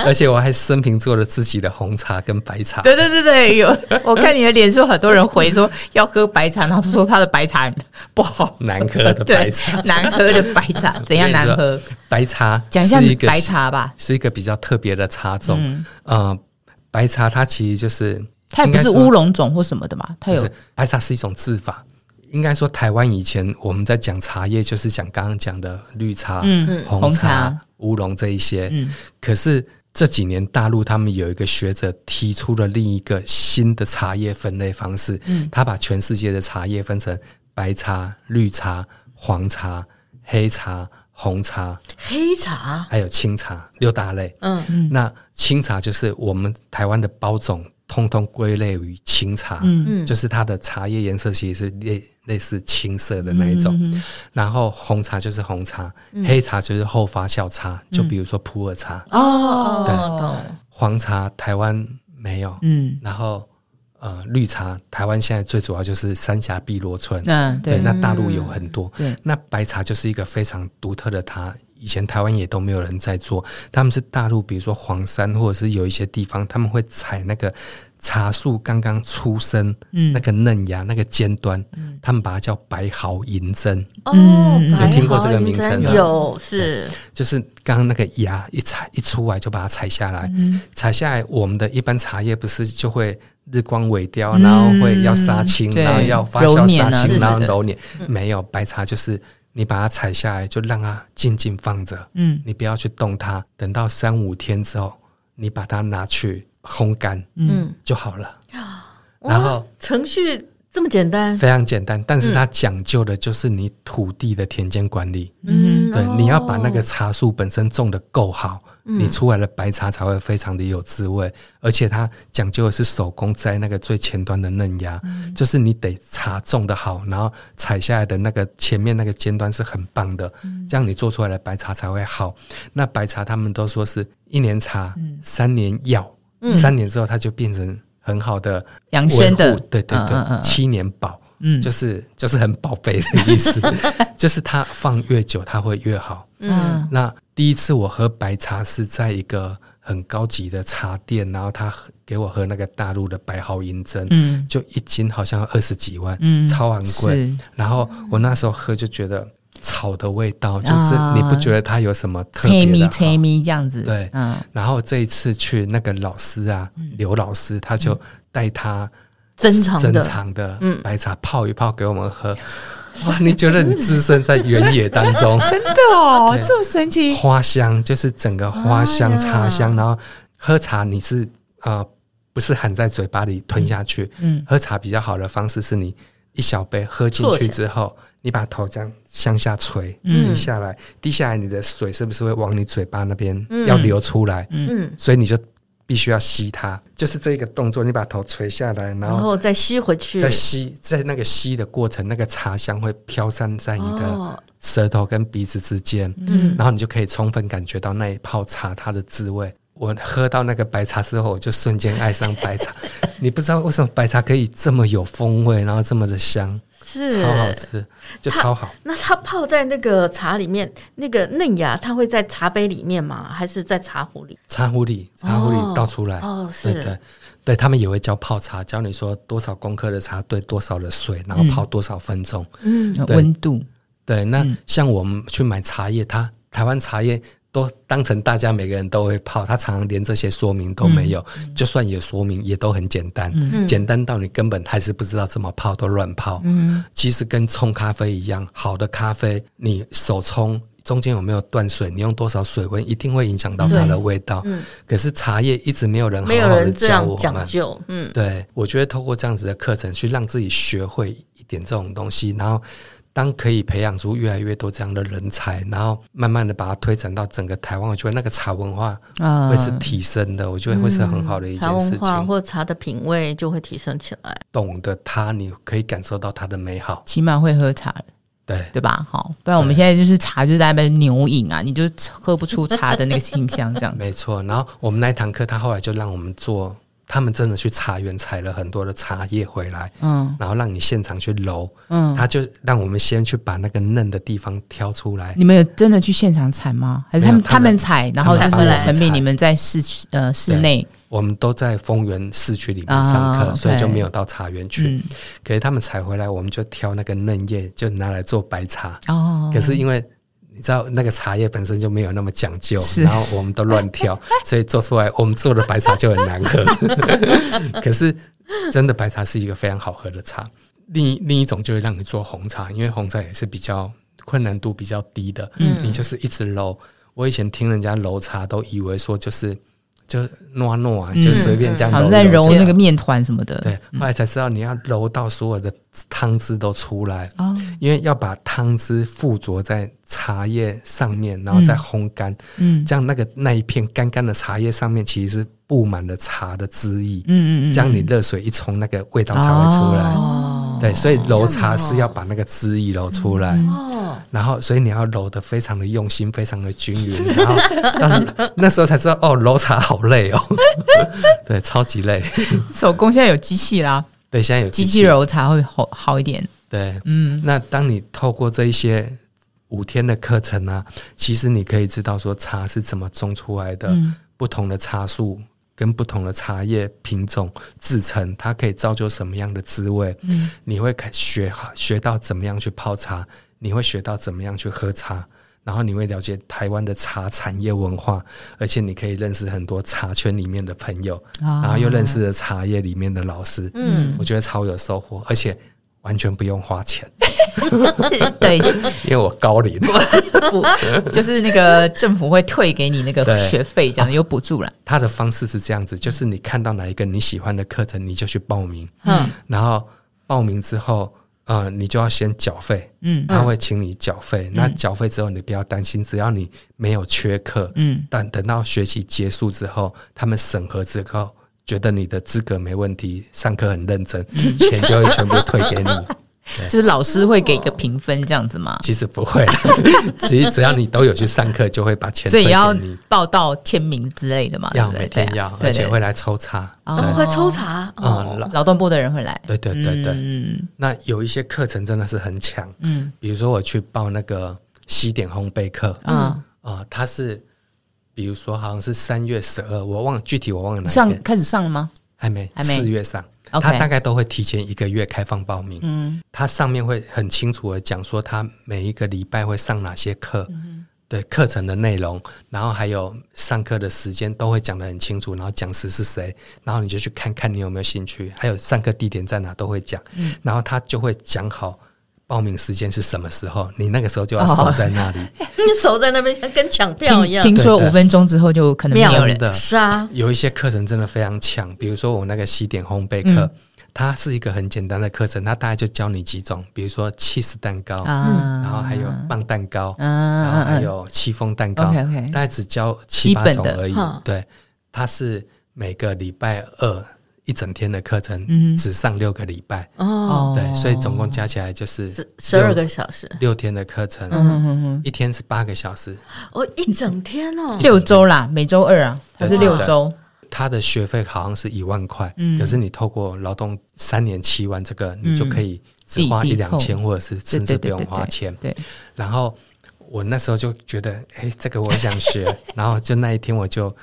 S3: 而且我还生平做了自己的红茶跟白 茶。
S1: 对对对对，有我看你的脸书，很多人回说要喝白茶，然后都说他的白茶不好，
S3: 难喝的白茶，
S1: 对难喝的白茶，怎样难
S3: 我跟
S1: 喝
S3: 你？说？白茶
S1: 讲一下
S3: 是一个
S1: 白茶吧，
S3: 是一个比较特别的茶种。呃，白茶它其实就是
S1: 嗯它也不是乌，龙种或什么的嘛，它
S3: 应该
S1: 有
S3: 说不是白茶是一种制法。应该说，台湾以前我们在讲茶叶，就是讲刚刚讲的绿茶、
S1: 嗯
S3: 红
S1: 红
S3: 茶
S1: 茶、
S3: 乌龙这一些。
S1: 嗯
S3: 可是这几年大陆他们有一个学者提出了另一个新的茶叶分类方式，
S1: 嗯
S3: 他把全世界的茶叶分成白茶、绿茶、黄茶、黑茶、红茶，
S2: 黑茶，
S3: 还有青茶六大类。
S2: 嗯，
S3: 那青茶就是我们台湾的包种，通通归类于青茶，嗯，就是它的茶叶颜色其实是类类似青色的那一种。然后红茶就是红茶，黑茶就是后发酵茶，就比如说普洱茶，
S2: 哦，
S3: 对
S2: 懂，
S3: 黄茶台湾没有，
S1: 嗯
S3: 然后呃绿茶台湾现在最主要就是三峡碧螺春，
S1: 嗯对
S3: 那大陆有很多，
S1: 对
S3: 那白茶就是一个非常独特的茶。以前台湾也都没有人在做，他们是大陆，比如说黄山或者是有一些地方，他们会采那个茶树刚刚出生，
S1: 嗯
S3: 那个嫩芽、那个尖端，他们把它叫白毫银针，
S2: 哦，白
S3: 嗯有听过这个
S2: 毫
S3: 名
S2: 银针
S3: 称吗啊
S2: 有是，
S3: 就是刚刚那个芽一采一出来就把它采下来，
S1: 嗯
S3: 采下来我们的一般茶叶不是就会日光萎凋，然后会要杀青，
S1: 嗯对
S3: 然后要发
S1: 揉
S3: 酵
S1: 捻
S3: 杀
S1: 啊
S2: 是
S3: 青，
S2: 的
S3: 然后揉捻。没有白茶就是你把它采下来就让它静静放着，
S1: 嗯
S3: 你不要去动它，等到三五天之后，你把它拿去烘干
S2: 嗯，
S3: 就好了，
S2: 哇
S3: 然后
S2: 程序这么简单，
S3: 非常简单。但
S1: 嗯
S3: 是它讲究的就是你土地的田间管理。
S2: 嗯
S3: 对
S2: 哦，
S3: 你要把那个茶树本身种的够好，
S1: 嗯
S3: 你出来的白茶才会非常的有滋味。而且它讲究的是手工摘那个最前端的嫩芽，
S1: 嗯
S3: 就是你得茶种的好，然后采下来的那个前面那个尖端是很棒的，
S1: 嗯
S3: 这样你做出来的白茶才会好。那白茶他们都说是一年茶，
S1: 嗯
S3: 三年药，三年之后它就变成很好的
S1: 养生的
S3: 维护对对
S1: 嗯嗯嗯
S3: 对，七年保。
S1: 嗯
S3: 就是就是很宝贝的意 思，就是它放越久它会越好。
S2: 嗯，
S3: 那第一次我喝白茶是在一个很高级的茶店，然后他喝给我喝那个大陆的白毫银针，
S1: 嗯
S3: 就一斤好像二十几万，
S1: 嗯
S3: 超昂贵
S1: 是。
S3: 然后我那时候喝就觉得草的味道，就是
S1: 啊
S3: 你不觉得它有什么
S1: 切
S3: 特别
S1: 咪
S3: 的
S1: 切
S3: 好？
S1: 咪这样子，
S3: 对
S1: 嗯，
S3: 然后这一次去那个老师啊，刘老师他
S1: 嗯
S3: 就带他
S2: 珍藏的
S3: 珍藏的白茶泡一泡给我们喝。哇，你觉得你置身在原野当中，
S1: 真的哦
S3: 对
S1: 么神奇，
S3: 花香，就是整个花香、茶
S1: 哎
S3: 香，然后喝茶你是呃不是含在嘴巴里吞下去，
S1: 嗯
S3: 喝茶比较好的方式是你一小杯喝进
S2: 啜起
S3: 去
S2: 来
S3: 之后，你把头这样向下垂，
S1: 嗯
S3: 低下来，低下来，你的水是不是会往你嘴巴那边要流出来？
S2: 嗯，
S3: 所以你就必须要吸它，就是这个动作，你把头垂下来，然
S2: 然
S3: 后
S2: 后再吸回去
S3: 在。吸，在那个吸的过程，那个茶香会飘散在你的
S2: 哦
S3: 舌头跟鼻子之间，
S2: 嗯
S3: 然后你就可以充分感觉到那一泡茶它的滋味。我喝到那个白茶之后，我就瞬间爱上白茶。 你不知道为什么白茶可以这么有风味，然后这么的香，
S2: 是
S3: 超好吃，就超好。
S2: 那它泡在那个茶里面，那个嫩芽，它会在茶杯里面吗？还是在茶壶里？
S3: 茶壶里，茶壶
S2: 哦
S3: 里倒出来，
S2: 哦
S3: 对
S2: 是
S3: 对对，他们也会教泡茶，教你说多少公克的茶兑多少的水，然后泡多少分钟。
S2: 嗯，
S3: 对
S1: 温度，
S3: 对，那像我们去买茶叶，它台湾茶叶都当成大家每个人都会泡，它常常连这些说明都没有，
S2: 嗯
S3: 就算有说明也都很简单，简单到你根本还是不知道怎么泡，都乱泡。嗯，其实跟冲咖啡一样，好的咖啡你手冲。中间有没有断水？你用多少水温，一定会影响到它的味道。可是茶叶一直没有人好
S2: 嗯没有
S3: 好的
S2: 人这
S3: 教
S2: 样
S3: 我
S2: 讲
S3: 们，
S2: 究。嗯，
S3: 对，我觉得透过这样子的课程，去让自己学会一点这种东西，然后当可以培养出越来越多这样的人才，然后慢慢的把它推展到整个台湾，我觉得那个茶文化
S1: 啊
S3: 会是提升的，我觉得会是很好的一
S2: 嗯茶
S3: 件事
S2: 文
S3: 情。
S2: 化或茶的品味就会提升起来。
S3: 懂得它，你可以感受到它的美好。
S1: 起码会喝茶了。
S3: 对，
S1: 对吧？好，不然我们现在就是茶就是在那边牛饮啊，你就喝不出茶的那个清香，这样子。
S3: 没错。然后我们那一堂课，他后来就让我们做，他们真的去茶园采了很多的茶叶回来，
S1: 嗯
S3: 然后让你现场去揉。
S1: 嗯，
S3: 他就让我们先去把那个嫩的地方挑出来，
S1: 你们有真的去现场采吗？还是他
S3: 没有
S1: 们他
S3: 他们
S1: 们采，然后就
S3: 他
S1: 是
S3: 们来
S1: 成品
S3: 采
S1: 你们在室呃室内，
S3: 我们都在丰原市区里面上课，
S1: 啊
S3: 所以就
S1: OK
S3: 没有到茶园去。
S1: 嗯，
S3: 可是他们采回来，我们就挑那个嫩叶，就拿来做白茶。
S1: 哦，
S3: 可是因为你知道那个茶叶本身就没有那么讲究，
S1: 是
S3: 然后我们都乱挑，所以做出来我们做的白茶就很难喝。 可是真的白茶是一个非常好喝的茶。另一另一种就是让你做红茶，因为红茶也是比较困难度比较低的，
S1: 嗯
S3: 你就是一直揉。我以前听人家揉茶，都以为说就是就是糯糯啊，
S1: 嗯
S3: 就随便这样
S1: 好
S3: 揉
S1: 像在
S3: 揉
S1: 揉
S3: 就
S1: 那个面团什么的，
S3: 对，后来才知道你要揉到所有的汤汁都出来，
S1: 哦
S3: 因为要把汤汁附着在茶叶上面，然后再烘干，
S1: 嗯
S3: 这样那个那一片干干的茶叶上面其实是布满了茶的汁液，
S1: 嗯嗯嗯，
S3: 这样你热水一冲，那个味道才会出来。
S1: 哦，嗯
S3: 对，所以揉茶是要把那个汁液揉出来，
S2: 哦，
S3: 然后所以你要揉得非常的用心，非常的均匀， 然后让那时候才知道哦，揉茶好累哦， 对，超级累。
S1: 手工现在有机器啦，
S3: 对，现在有
S1: 机器
S3: 器
S1: 揉茶会好好一点，
S3: 对，
S1: 嗯
S3: 那当你透过这一些五天的课程啊，其实你可以知道说茶是怎么种出来的，
S1: 嗯
S3: 不同的茶树跟不同的茶叶品种制成，它可以造就什么样的滋味。嗯，你会开学学到怎么样去泡茶，你会学到怎么样去喝茶。然后你会了解台湾的茶产业文化，而且你可以认识很多茶圈里面的朋友，
S1: 啊
S3: 然后又认识了茶叶里面的老师。嗯，我觉得超有收获，而且完全不用花钱。
S1: 对，
S3: 因为我高龄，
S1: 就是那个政府会退给你那个
S3: 对
S1: 学费，这样有补助啦。
S3: 他的方式是这样子，就是你看到哪一个你喜欢的课程，你就去报名，
S2: 嗯
S3: 然后报名之后，呃，你就要先缴费，
S1: 嗯
S3: 他会请你缴费。那缴费之后，你不要担心，只要你没有缺课，
S1: 嗯，
S3: 但等到学期结束之后，他们审核之后，觉得你的资格没问题，上课很认真，
S1: 嗯
S3: 钱就会全部退 给你。
S1: 就是老师会给一个评分这样子嘛，
S3: 其实不会 啦，只只要你都有去上课，就会把钱
S1: 所
S3: 退
S1: 以
S3: 给
S1: 要
S3: 你。
S1: 报到签名之类的嘛，对
S3: 要
S1: 不对？
S3: 每
S1: 对
S3: 天
S1: 啊
S3: 要，
S1: 对
S3: 而且
S1: 对
S3: 会来抽查。
S1: 哦
S3: 对
S2: 哦，会抽茶哦
S3: 啊、老
S1: 劳动部的人会来，
S3: 对对对对，
S1: 嗯
S3: 那有一些课程真的是很强，
S1: 嗯
S3: 比如说我去报那个西点烘焙课啊、
S1: 啊，
S3: 呃它是比如说好像是三月十二，我忘了具体我忘了哪一
S1: 上
S3: 天，
S1: 开始上了吗？
S3: 还没
S1: 还没
S3: 四月上，
S1: OK
S3: 它大概都会提前一个月开放报名，嗯，它上面会很清楚的讲说它每一个礼拜会上哪些课。
S1: 嗯
S3: 对课程的内容，然后还有上课的时间都会讲得很清楚，然后讲师是谁，然后你就去看看你有没有兴趣，还有上课地点在哪都会讲，
S1: 嗯
S3: 然后他就会讲好报名时间是什么时候，你那个时候就要
S1: 哦
S3: 守在那里。
S2: 你手在那边像跟抢票一
S1: 听
S2: 样。
S1: 听说
S3: 对对
S1: 五分钟之后就可能没有
S3: 真
S1: 人，
S3: 的
S2: 是啊，
S1: 嗯
S3: 有一些课程真的非常强，比如说我那个西点烘焙课，它是一个很简单的课程，它大概就教你几种，比如说气势蛋糕，
S1: 啊
S3: 然后还有棒蛋糕，然后
S1: 啊
S3: 还有戚风蛋糕，
S1: OK，OK
S3: 大概只教
S1: 基
S3: 七八
S1: 本
S3: 种
S1: 的
S3: 而已
S2: 哈。
S3: 对，它是每个礼拜二一整天的课程，
S1: 嗯
S3: 只上六个礼拜，
S2: 哦，
S3: 对，所以总共加起来就是
S2: 十十二
S3: 六
S2: 个小时，
S3: 六天的课程，
S1: 嗯
S3: 一天是八个小时，
S2: 哦，一整天哦，
S1: 六周啦，每周二啊，它是
S3: 对对
S1: 六
S3: 对
S1: 周，
S3: 他的学费好像是一万块，
S1: 嗯
S3: 可是你透过劳动三年期完这个，你就可以只花
S1: 自己
S3: 一
S1: 抵
S3: 两
S1: 扣
S3: 千，或者是
S1: 对
S3: 甚
S1: 对
S3: 至
S1: 对
S3: 不
S1: 对
S3: 用花
S1: 对
S3: 钱。
S1: 对，
S3: 然后我那时候就觉得，哎，这个我想学， 然后就那一天我就。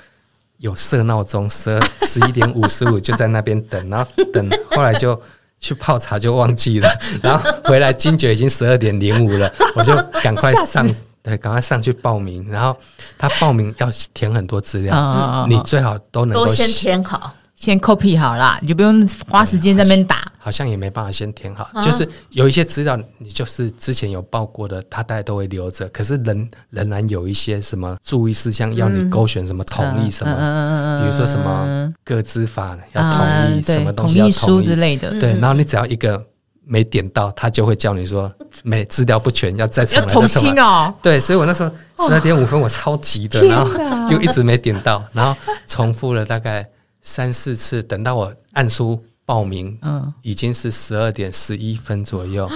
S3: 有设闹钟，十二十一点五十五 就在那边等，然后等，后来就去泡茶就忘记了， 然后回来惊觉已经十二点零五了，我就赶快上，对，赶快上去报名。然后他报名要填很多资料，
S1: 啊啊啊啊
S3: 你最好都能
S2: 都
S3: 够
S2: 先填好，
S1: 先 copy 好啦，你就不用花时间在那边打。
S3: 好像也没办法先填好，
S1: 啊
S3: 就是有一些资料你就是之前有报过的，他大概都会留着，可是仍仍然有一些什么注意事项要你勾选什么啊同意什
S1: 嗯嗯
S3: 么，
S1: 嗯嗯嗯
S3: 比如说什么各资法要
S1: 啊
S3: 同意，
S1: 对
S3: 什么东
S1: 同
S3: 西要
S1: 意书
S3: 同
S1: 之
S3: 意，
S1: 类嗯的，
S3: 对，然后你只要一个没点到，他就会叫你 说没资料不全，要再重
S1: 要
S3: 来，
S1: 重
S3: 再重来
S1: 新哦。
S3: 对，所以我那时候十二点五分我超急的，然后又一直没点到，然后重复了大概三四次，等到我按出报名，
S1: 嗯
S3: 已经是十二点十一分左右，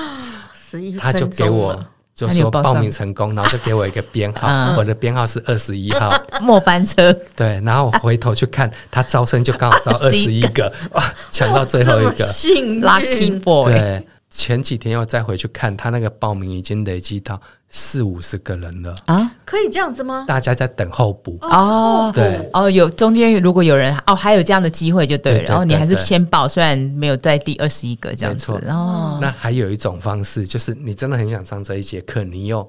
S2: 十一
S3: 他就
S2: 分
S3: 给
S2: 钟
S3: 我
S2: 了。
S3: 就
S1: 那你有
S3: 说
S1: 报上
S3: 报名成功，然后就给我一个编号，
S1: 嗯
S3: 我的编号是二十一号，
S1: 末班车，
S3: 对，然后我回头去看，他招生就刚好招二十一个，哇，抢到最后
S2: 这
S3: 一
S2: 么
S3: 个，
S2: 幸运
S1: Lucky Boy，
S3: 对。前几天又再回去看，他那个报名已经累积到四五十个人了，
S1: 啊
S2: 可以这样子吗？
S3: 大家在等候补。
S1: 哦
S3: 对
S1: 哦，有中间如果有人哦，还有这样的机会就对了，
S3: 对对
S1: 然后你还是
S3: 对对
S1: 先报，虽然没有在第二十一个这样子
S3: 没，错
S1: 然
S2: 哦
S1: 后
S3: 那还有一种方式，就是你真的很想上这一节课，你又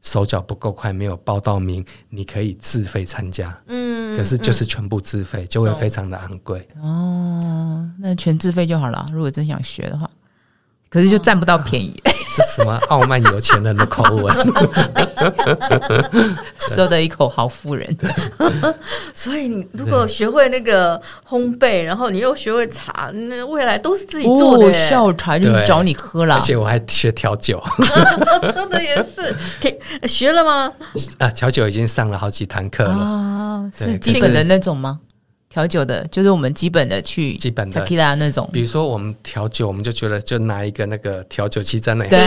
S3: 手脚不够快，没有报到名，你可以自费参加。嗯，可是就是全部自费，就会非常的昂贵。
S1: 哦，那全自费就好了。如果真想学的话，可是就占不到便宜，
S3: 是什么傲慢有钱人的口吻？
S1: 说的一口好妇 人。
S2: 所以你如果学会那个烘焙，然后你又学会茶，那未来都是自己做的
S1: 哦，
S2: 耶。
S1: 下午茶就
S3: 对
S1: 找你喝啦
S3: 而。且我还学调酒
S2: 我说的也是，挺学了吗？
S3: 啊，调酒已经上了好几堂课了。
S1: 啊，
S3: 对
S1: 是
S3: 可是
S1: 基本的那种吗？调酒的，就是我们基本的去
S3: 基本的
S1: tequila 那种，
S3: 比如说我们调酒，我们就觉得就拿一个那个调酒器在那里
S1: 对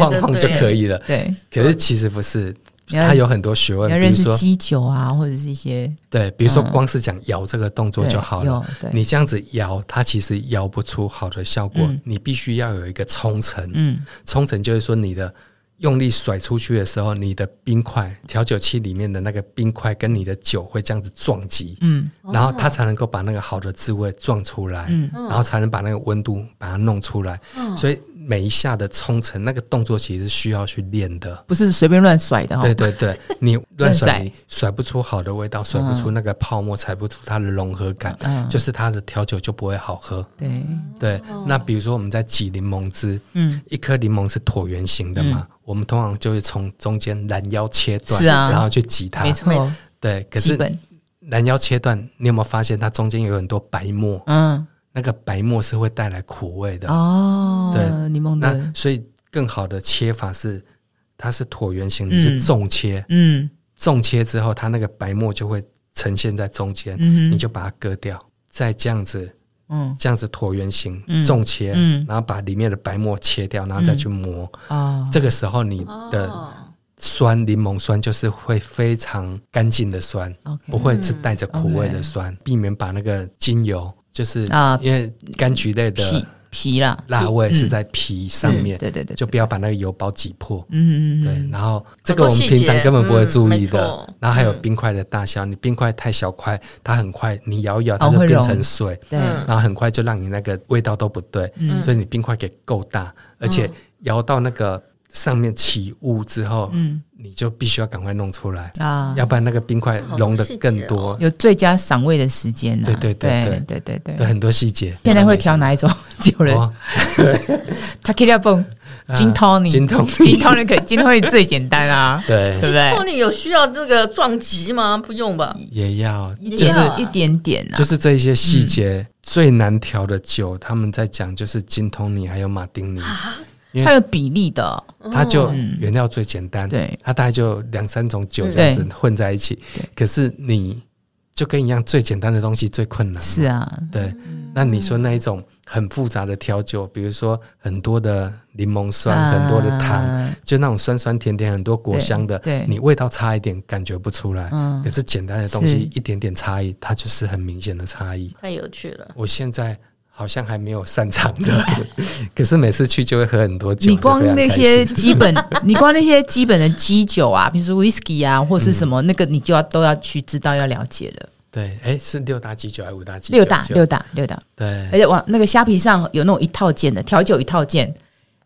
S3: 晃
S1: 对
S3: 晃晃就可以了。
S1: 对，
S3: 可是其实不是，
S1: 你要
S3: 它有很多学问
S1: 你要，
S3: 比
S1: 认
S3: 如
S1: 识
S3: 说
S1: 基酒啊，或者是一些
S3: 对，比如说光是讲摇这个动作
S1: 嗯对
S3: 就好了
S1: 有。对
S3: 你这样子摇，它其实摇不出好的效果。
S1: 嗯
S3: 你必须要有一个冲层，
S1: 嗯
S3: 冲层就是说你的用力甩出去的时候，你的冰块调酒器里面的那个冰块跟你的酒会这样子撞击，
S1: 嗯
S3: 然后它才能够把那个好的滋味撞出来，然后才能把那个温度把它弄出来。所以每一下的冲层那个动作其实是需要去练的。
S1: 不是随便乱甩的哈
S3: 对。对对， 你
S1: 哦乱
S3: 乱
S1: 甩
S3: 甩，你甩不出好的味道，甩不出那个泡沫，甩不出它的融合感，
S1: 嗯
S3: 就是它的调酒就不会好喝。
S1: 对，
S3: 对，那比如说我们在挤柠檬汁，
S1: 嗯，
S3: 一颗柠檬是椭圆形的嘛，我们通常就会从中间拦腰切断，
S1: 是啊
S3: 然后去挤它。
S1: 没错，
S3: 对，可
S1: 基
S3: 是
S1: 本，
S3: 拦腰切断，你有没有发现它中间有很多白沫？
S1: 嗯，
S3: 那个白沫是会带来苦味的。
S1: 哦，
S3: 对
S1: 柠檬
S3: 那
S1: 的，
S3: 所以更好的切法是，它是椭圆形，你是
S1: 嗯
S3: 纵切。
S1: 嗯
S3: 重切之后，它那个白沫就会呈现在中间，
S1: 嗯哼
S3: 你就把它割掉，再这样子
S1: 嗯，
S3: 这样子椭圆形、
S1: 嗯
S3: 重切，
S1: 嗯
S3: 然后把里面的白沫切掉，然后再去磨。
S1: 哦，
S3: 这个时候你的
S2: 哦，
S3: 酸柠檬酸就是会非常干净的酸，
S1: OK 嗯
S3: 不会是带着苦味的酸，避免把那个精油就是
S1: 啊
S3: 因为柑橘类
S1: 皮
S3: 的
S1: 皮啦，
S3: 辣味是在皮上
S1: 是
S3: 面，
S1: 对对对对
S3: 就不要把那个油包挤破。
S1: 嗯嗯
S3: 对
S1: 嗯，，
S3: 然后这个我们
S2: 很多
S3: 平常根本不会注意
S2: 细节
S3: 的。
S2: 嗯没错
S3: 然后还有冰块的大小，你冰块太小块，它很快你摇一摇，它
S1: 哦
S3: 就
S1: 会
S3: 变
S1: 融
S3: 成水，
S1: 对
S3: 然后很快就让你那个味道都不对。
S2: 嗯
S3: 所以你冰块给够大，而且摇到那个上面起雾之后，
S2: 嗯
S3: 你就必须要赶快弄出来，
S1: 啊，
S3: 要不然那个冰块融的更多。
S1: 有最佳赏味的时间呐，
S3: 对对
S1: 对
S3: 对哦
S1: 对
S2: 哦
S1: 对对
S3: 对，很多细节。
S1: 现在会调哪一种酒了
S3: 哦
S1: t a k i l a 泵金 tonic，
S3: 金 啊 tonic
S1: 金 tonic 可以金 tonic 最简单啊，
S3: 对
S1: 对不
S2: 后
S1: 对？
S2: 你有需要那个撞击吗？不用吧。
S3: 也要，
S2: 一定
S3: 就是
S2: 要
S1: 一点点啊，嗯
S3: 就是这一些细节最难调的酒，他们在讲就是金通尼还有马丁尼，因为
S1: 它有比例的啊哦，
S3: 它就原料最简单，
S1: 对
S3: 它大概就两三种酒这样子
S1: 对
S3: 混在一起。可是你就跟一样最简单的东西最困难，
S1: 是，啊，
S3: 对。那你说那一种很复杂的调酒，比如说很多的柠檬酸、很多的糖，
S1: 啊
S3: 就那种酸酸甜甜、很多果香的，
S1: 对对
S3: 你味道差一点感觉不出来，
S1: 嗯
S3: 可是简单的东西
S1: 是
S3: 一点点差异，它就是很明显的差异。
S2: 太有趣了，
S3: 我现在好像还没有擅长的， 可是每次去就会喝很多酒，
S1: 你光
S3: 就
S1: 那
S3: 非常开
S1: 些
S3: 心
S1: 基 本，你光那些基本的基酒啊，比如说 whisky
S3: 嗯
S1: 啊，或是什么、那个，你就要都要去知道要了解的。
S3: 对，哎，是六大基酒还是五大基酒？
S1: 六哎大
S3: 就
S1: 六大六大，而
S3: 对，
S1: 且往那个虾皮上有那种一套件的调酒一套件，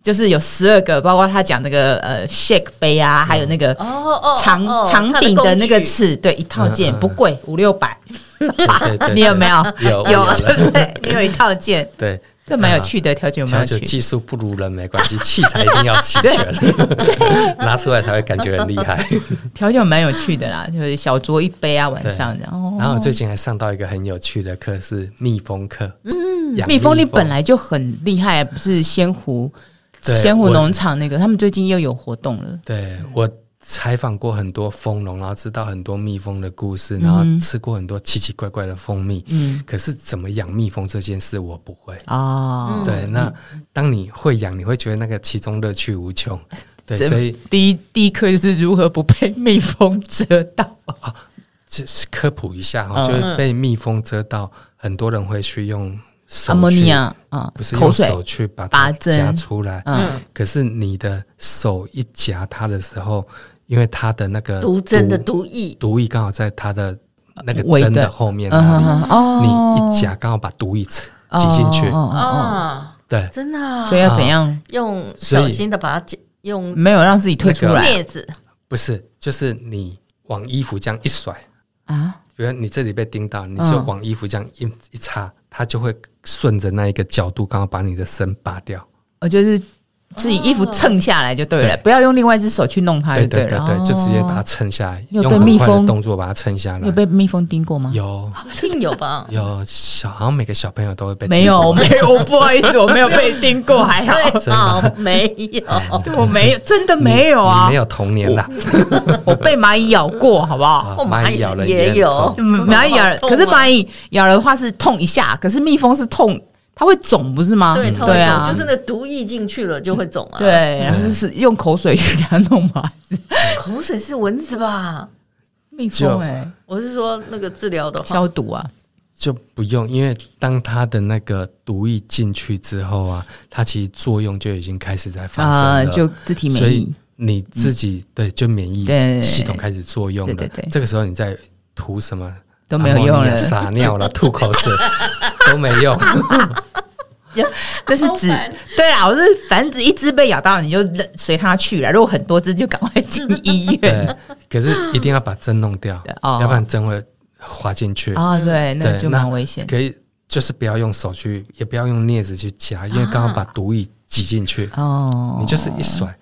S1: 就是有十二个，包括他讲那个呃 shake 杯
S3: 嗯
S1: 啊，还有那个。
S2: 哦哦，
S1: 长
S2: 哦
S1: 长柄的那个，
S2: 它
S1: 尺，对，一套件
S3: 嗯嗯嗯
S1: 不贵，五六百，
S3: 对对对
S1: 你有没有？
S3: 有
S1: 有
S3: 我有，
S1: 对不对？你有一套 件，
S3: 对，啊
S1: 这蛮有趣的调酒，蛮
S3: 调
S1: 有
S3: 酒
S1: 趣。
S3: 技术不如人没关系，器材一定要齐 全，拿出来才会感觉很厉害。
S1: 调酒蛮有趣的啦，就是小酌一杯啊，晚上这样。哦
S3: 然后我最近还上到一个很有趣的课，是蜜蜂课。嗯，
S1: 蜜蜂你本来就很厉害，不是仙湖
S3: 对
S1: 仙湖
S3: 我
S1: 农场那个，他们最近又有活动了。
S3: 对我
S1: 嗯
S3: 采访过很多蜂农，然后知道很多蜜蜂的故
S1: 嗯
S3: 事，然后吃过很多奇奇怪怪的蜂蜜。嗯，可是怎么养蜜蜂这件事我不会。
S1: 哦，
S3: 对，那当你会养，你会觉得那个其中乐趣无穷。对，
S1: 这
S3: 所以
S1: 第一第一课就是如何不被蜜蜂蛰到。
S3: 这是科普一下哈，
S1: 嗯
S3: 就是被蜜蜂蛰到，很多人会去用手
S1: 阿莫尼
S3: 去，
S1: 亚啊
S3: 不，是
S1: 口
S3: 用
S1: 水，
S3: 手去把
S1: 拔
S3: 它
S1: 针
S3: 夹出来。
S1: 嗯，
S3: 可是你的手一夹它的时候，因为它的那个
S2: 毒针
S3: 嗯
S2: 的毒液，
S3: 毒液刚好在它的那个
S1: 呃尾
S3: 针
S1: 的
S3: 的后面
S1: 嗯
S3: 那里，
S1: 哼哼哦，
S3: 你一夹刚好把毒液刺挤进去。
S1: 哦哦哦
S2: 啊，
S3: 对，
S2: 真的啊，
S1: 哦所以要怎样？
S2: 用
S3: 所以
S2: 小心的把它解用
S1: 没有让自己退出来
S2: 镊子，
S3: 不是，就是你往衣服这样一甩，
S1: 啊？
S3: 比如你这里被叮到，你
S1: 嗯
S3: 就往衣服这样一一插，它就会顺着那一个角度，刚好把你的身拔掉。
S1: 我就是自己衣服蹭下来就对了，
S3: 对
S1: 不要用另外一只手去弄它就
S3: 对对
S1: 了哦
S3: 对。对，就直接把它撑下来，
S1: 你有
S3: 用
S1: 被
S3: 很
S1: 蜜
S3: 快
S1: 蜂
S3: 的动作把它撑下
S1: 你
S3: 来
S1: 有。被蜜蜂叮过吗？
S3: 有
S2: 一定有 吧？
S3: 有小，好像每个小朋友都会被
S1: 没有，我
S3: 叮过
S1: 没有，我不好意思，我没有被叮过，还好。
S2: 对啊，没有，
S1: 对，我没有，真的没有
S3: 嗯你
S1: 啊
S3: 没，有童年啦，啊
S1: 我被蚂蚁咬过，好不好？
S2: 哦
S3: 蚂蚁咬了
S2: 也
S3: 也
S2: 有
S3: 很痛
S1: 嗯蚂蚁咬了，
S2: 好痛
S1: 可是
S2: 啊
S1: 蚂蚁咬了的话是痛一下，可是蜜蜂是痛，它会肿，不是吗？
S2: 对，
S3: 嗯
S2: 它会
S1: 对
S2: 肿，
S1: 啊，
S2: 就是那毒液进去了就会肿啊。，
S1: 对，然后就是用口水去给 它弄嘛。
S2: 口水是蚊子吧？
S1: 蜜
S3: 就
S1: 蜂哎，
S2: 我是说那个治疗的话，
S1: 消毒啊，
S3: 就不用，因为当它的那个毒液进去之后啊，它其实作用就已经开始在发生
S1: 啊，
S3: 了，
S1: 就自体
S3: 所
S1: 免
S3: 以
S1: 疫。
S3: 你自己、对就免疫
S1: 对
S3: 系统开始作用了。
S1: 对对对
S3: 这个时候你再涂什么啊
S1: 都没有用了
S3: 阿莫尼亚撒尿 了、吐口水都没用。
S1: 那是指对啦，我是反正只一只被咬到，你就忍随它去了。如果很多只，就赶快进医院。
S3: 对，可是一定要把针弄掉，
S1: 哦
S3: 要不然针会滑进去。
S1: 啊，对，那
S3: 对，
S1: 就蛮危险的。
S3: 可以就是不要用手去，也不要用镊子去夹，因为
S1: 啊
S3: 刚好把毒液挤进去，
S1: 哦，
S3: 你就是一甩，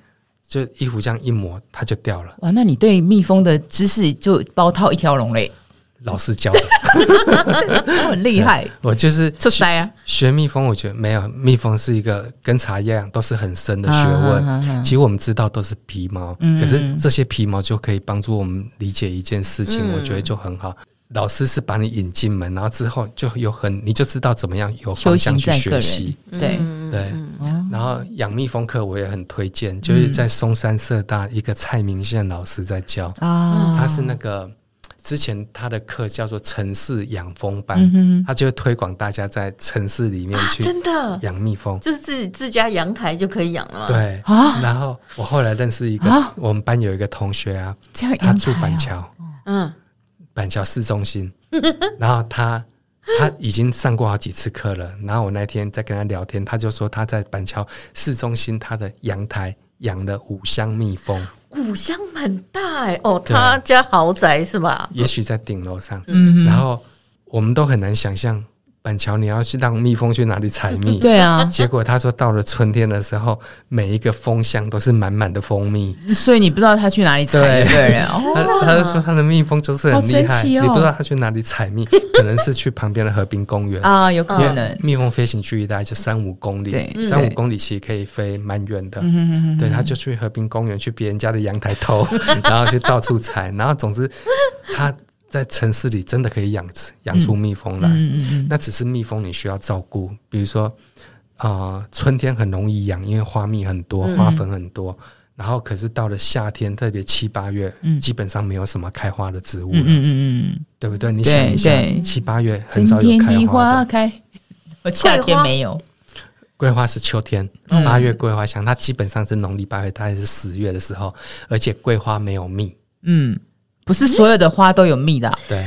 S3: 就衣服这样一抹，它就掉 了。
S1: 哇，那你对蜜蜂的知识就包套一条龙嘞，
S3: 老师教的，
S1: 都很厉 害。
S3: 我就是
S1: 这塞啊，
S3: 学蜜蜂，我觉得没有，蜜蜂是一个跟茶一样，都是很深的学问。
S1: 啊啊啊啊
S3: 其实我们知道都是皮毛，
S1: 嗯
S3: 可是这些皮毛就可以帮助我们理解一件事情，
S2: 嗯
S3: 我觉得就很好。老师是把你引进门，然后之后就有很，你就知道怎么样有
S1: 修
S3: 方
S1: 行
S3: 向去
S1: 在个
S3: 学习。
S1: 人，嗯哦对，
S3: 对，然后养蜜蜂课我也很推荐，就是
S1: 嗯
S3: 在松山社大一个蔡明宪老师在教，
S1: 啊，
S3: 他是那个之前他的课叫做城市养蜂班，
S1: 哼
S3: 他就会推广大家在城市里
S2: 嗯
S3: 面
S2: 啊，
S3: 去
S2: 真哦的
S3: 养蜜蜂。
S2: 就是自己自家阳台就可以养了嘛。，
S3: 对
S1: 啊
S3: 然后我后来认识一个、
S1: 啊
S3: 我们班有一个同学啊，
S1: 这样
S3: 他
S1: 阳
S3: 住
S1: 台
S3: 板
S1: 啊
S3: 桥，
S2: 嗯，
S3: 板桥市中心，然后他他已经上过好几次课了。然后我那天在跟他聊天，他就说他在板桥市中心他的阳台养了五箱蜜蜂，
S2: 五香很大哎，哦，
S3: 对
S1: 啊
S2: 他家豪宅是吧？
S3: 也许在顶楼上。
S1: 嗯哼，
S3: 然后我们都很难想象板桥你要去让蜜蜂去哪里采蜜？
S1: 对啊，
S3: 结果他说到了春天的时候，每一个蜂箱都是满满的蜂蜜。
S1: 所以你不知道他去哪里采对
S3: 对
S1: 不对？哦，
S3: 他他就说他的蜜蜂就是很厉
S1: 好
S3: 害，
S1: 神奇哦
S3: 你不知道他去哪里采蜜，可能是去旁边的河滨公园。
S1: 啊，有可
S3: 因为
S1: 能。
S3: 蜜蜂飞行距离大概就三五公里
S1: 对，嗯嗯
S3: 三五
S1: 对
S3: 公里其实可以飞蛮远的。对，他就去河滨公园，去别人家的阳台偷， 然后去到处采，然后总之他在城市里真的可以养养出蜜蜂来。
S1: 嗯嗯嗯，
S3: 那只是蜜蜂你需要照顾，比如说，呃，春天很容易养，因为花蜜很
S1: 嗯
S3: 多，花粉很多。然后可是到了夏天，特别七八月，
S1: 嗯
S3: 基本上没有什么开花的植物了，
S1: 嗯嗯嗯嗯，
S3: 对不对？你
S1: 对
S3: 想一下
S1: 对，
S3: 七八月很少
S1: 春
S3: 有
S1: 天
S3: 开
S1: 的
S3: 花
S1: 花
S3: 的，
S1: 开，我夏天没有。
S3: 桂花是秋天，
S1: 嗯
S3: 八月桂花香，它基本上是农历八月，大概是十月的时候，而且桂花没有蜜，
S1: 嗯，不是所有的花都有蜜的啊。
S3: 对，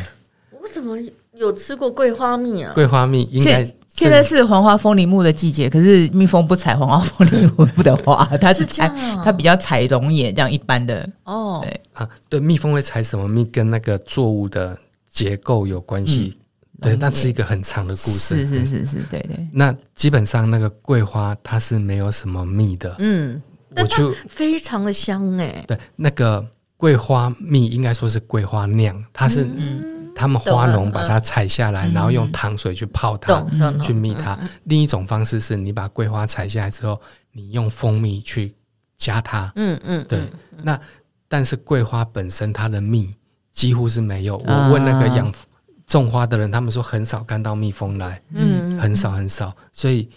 S2: 我怎么有吃过桂花蜜啊？
S3: 桂花蜜应该
S1: 现现在是黄花风铃木的季节，可是蜜蜂不采黄花风铃木的 花，它是
S2: 是这
S1: 采
S2: 样啊
S1: 它比较采龙眼这样一般的。
S2: 哦，
S1: 对
S3: 啊，对，蜜蜂会采什么蜜跟那个作物的结构有关系。对，那是一个很长的故事。
S1: 嗯是是是是，对对。
S3: 那基本上那个桂花它是没有什么蜜的，
S2: 嗯，
S3: 我就
S2: 非常的香哎、
S3: 对那个桂花蜜应该说是桂花酿，它是、
S1: 嗯
S3: 他们花农把它采下来，然后用糖水去泡它
S2: 懂懂，
S1: 嗯
S2: 嗯
S3: 去蜜它。另一种方式是你把桂花采下来之后，你用蜂蜜去加它，
S2: 嗯嗯，
S3: 对，那但是桂花本身它的蜜几乎是没有。我问那个养种花的人，他们说很少看到蜜蜂来，嗯，很少很少。所以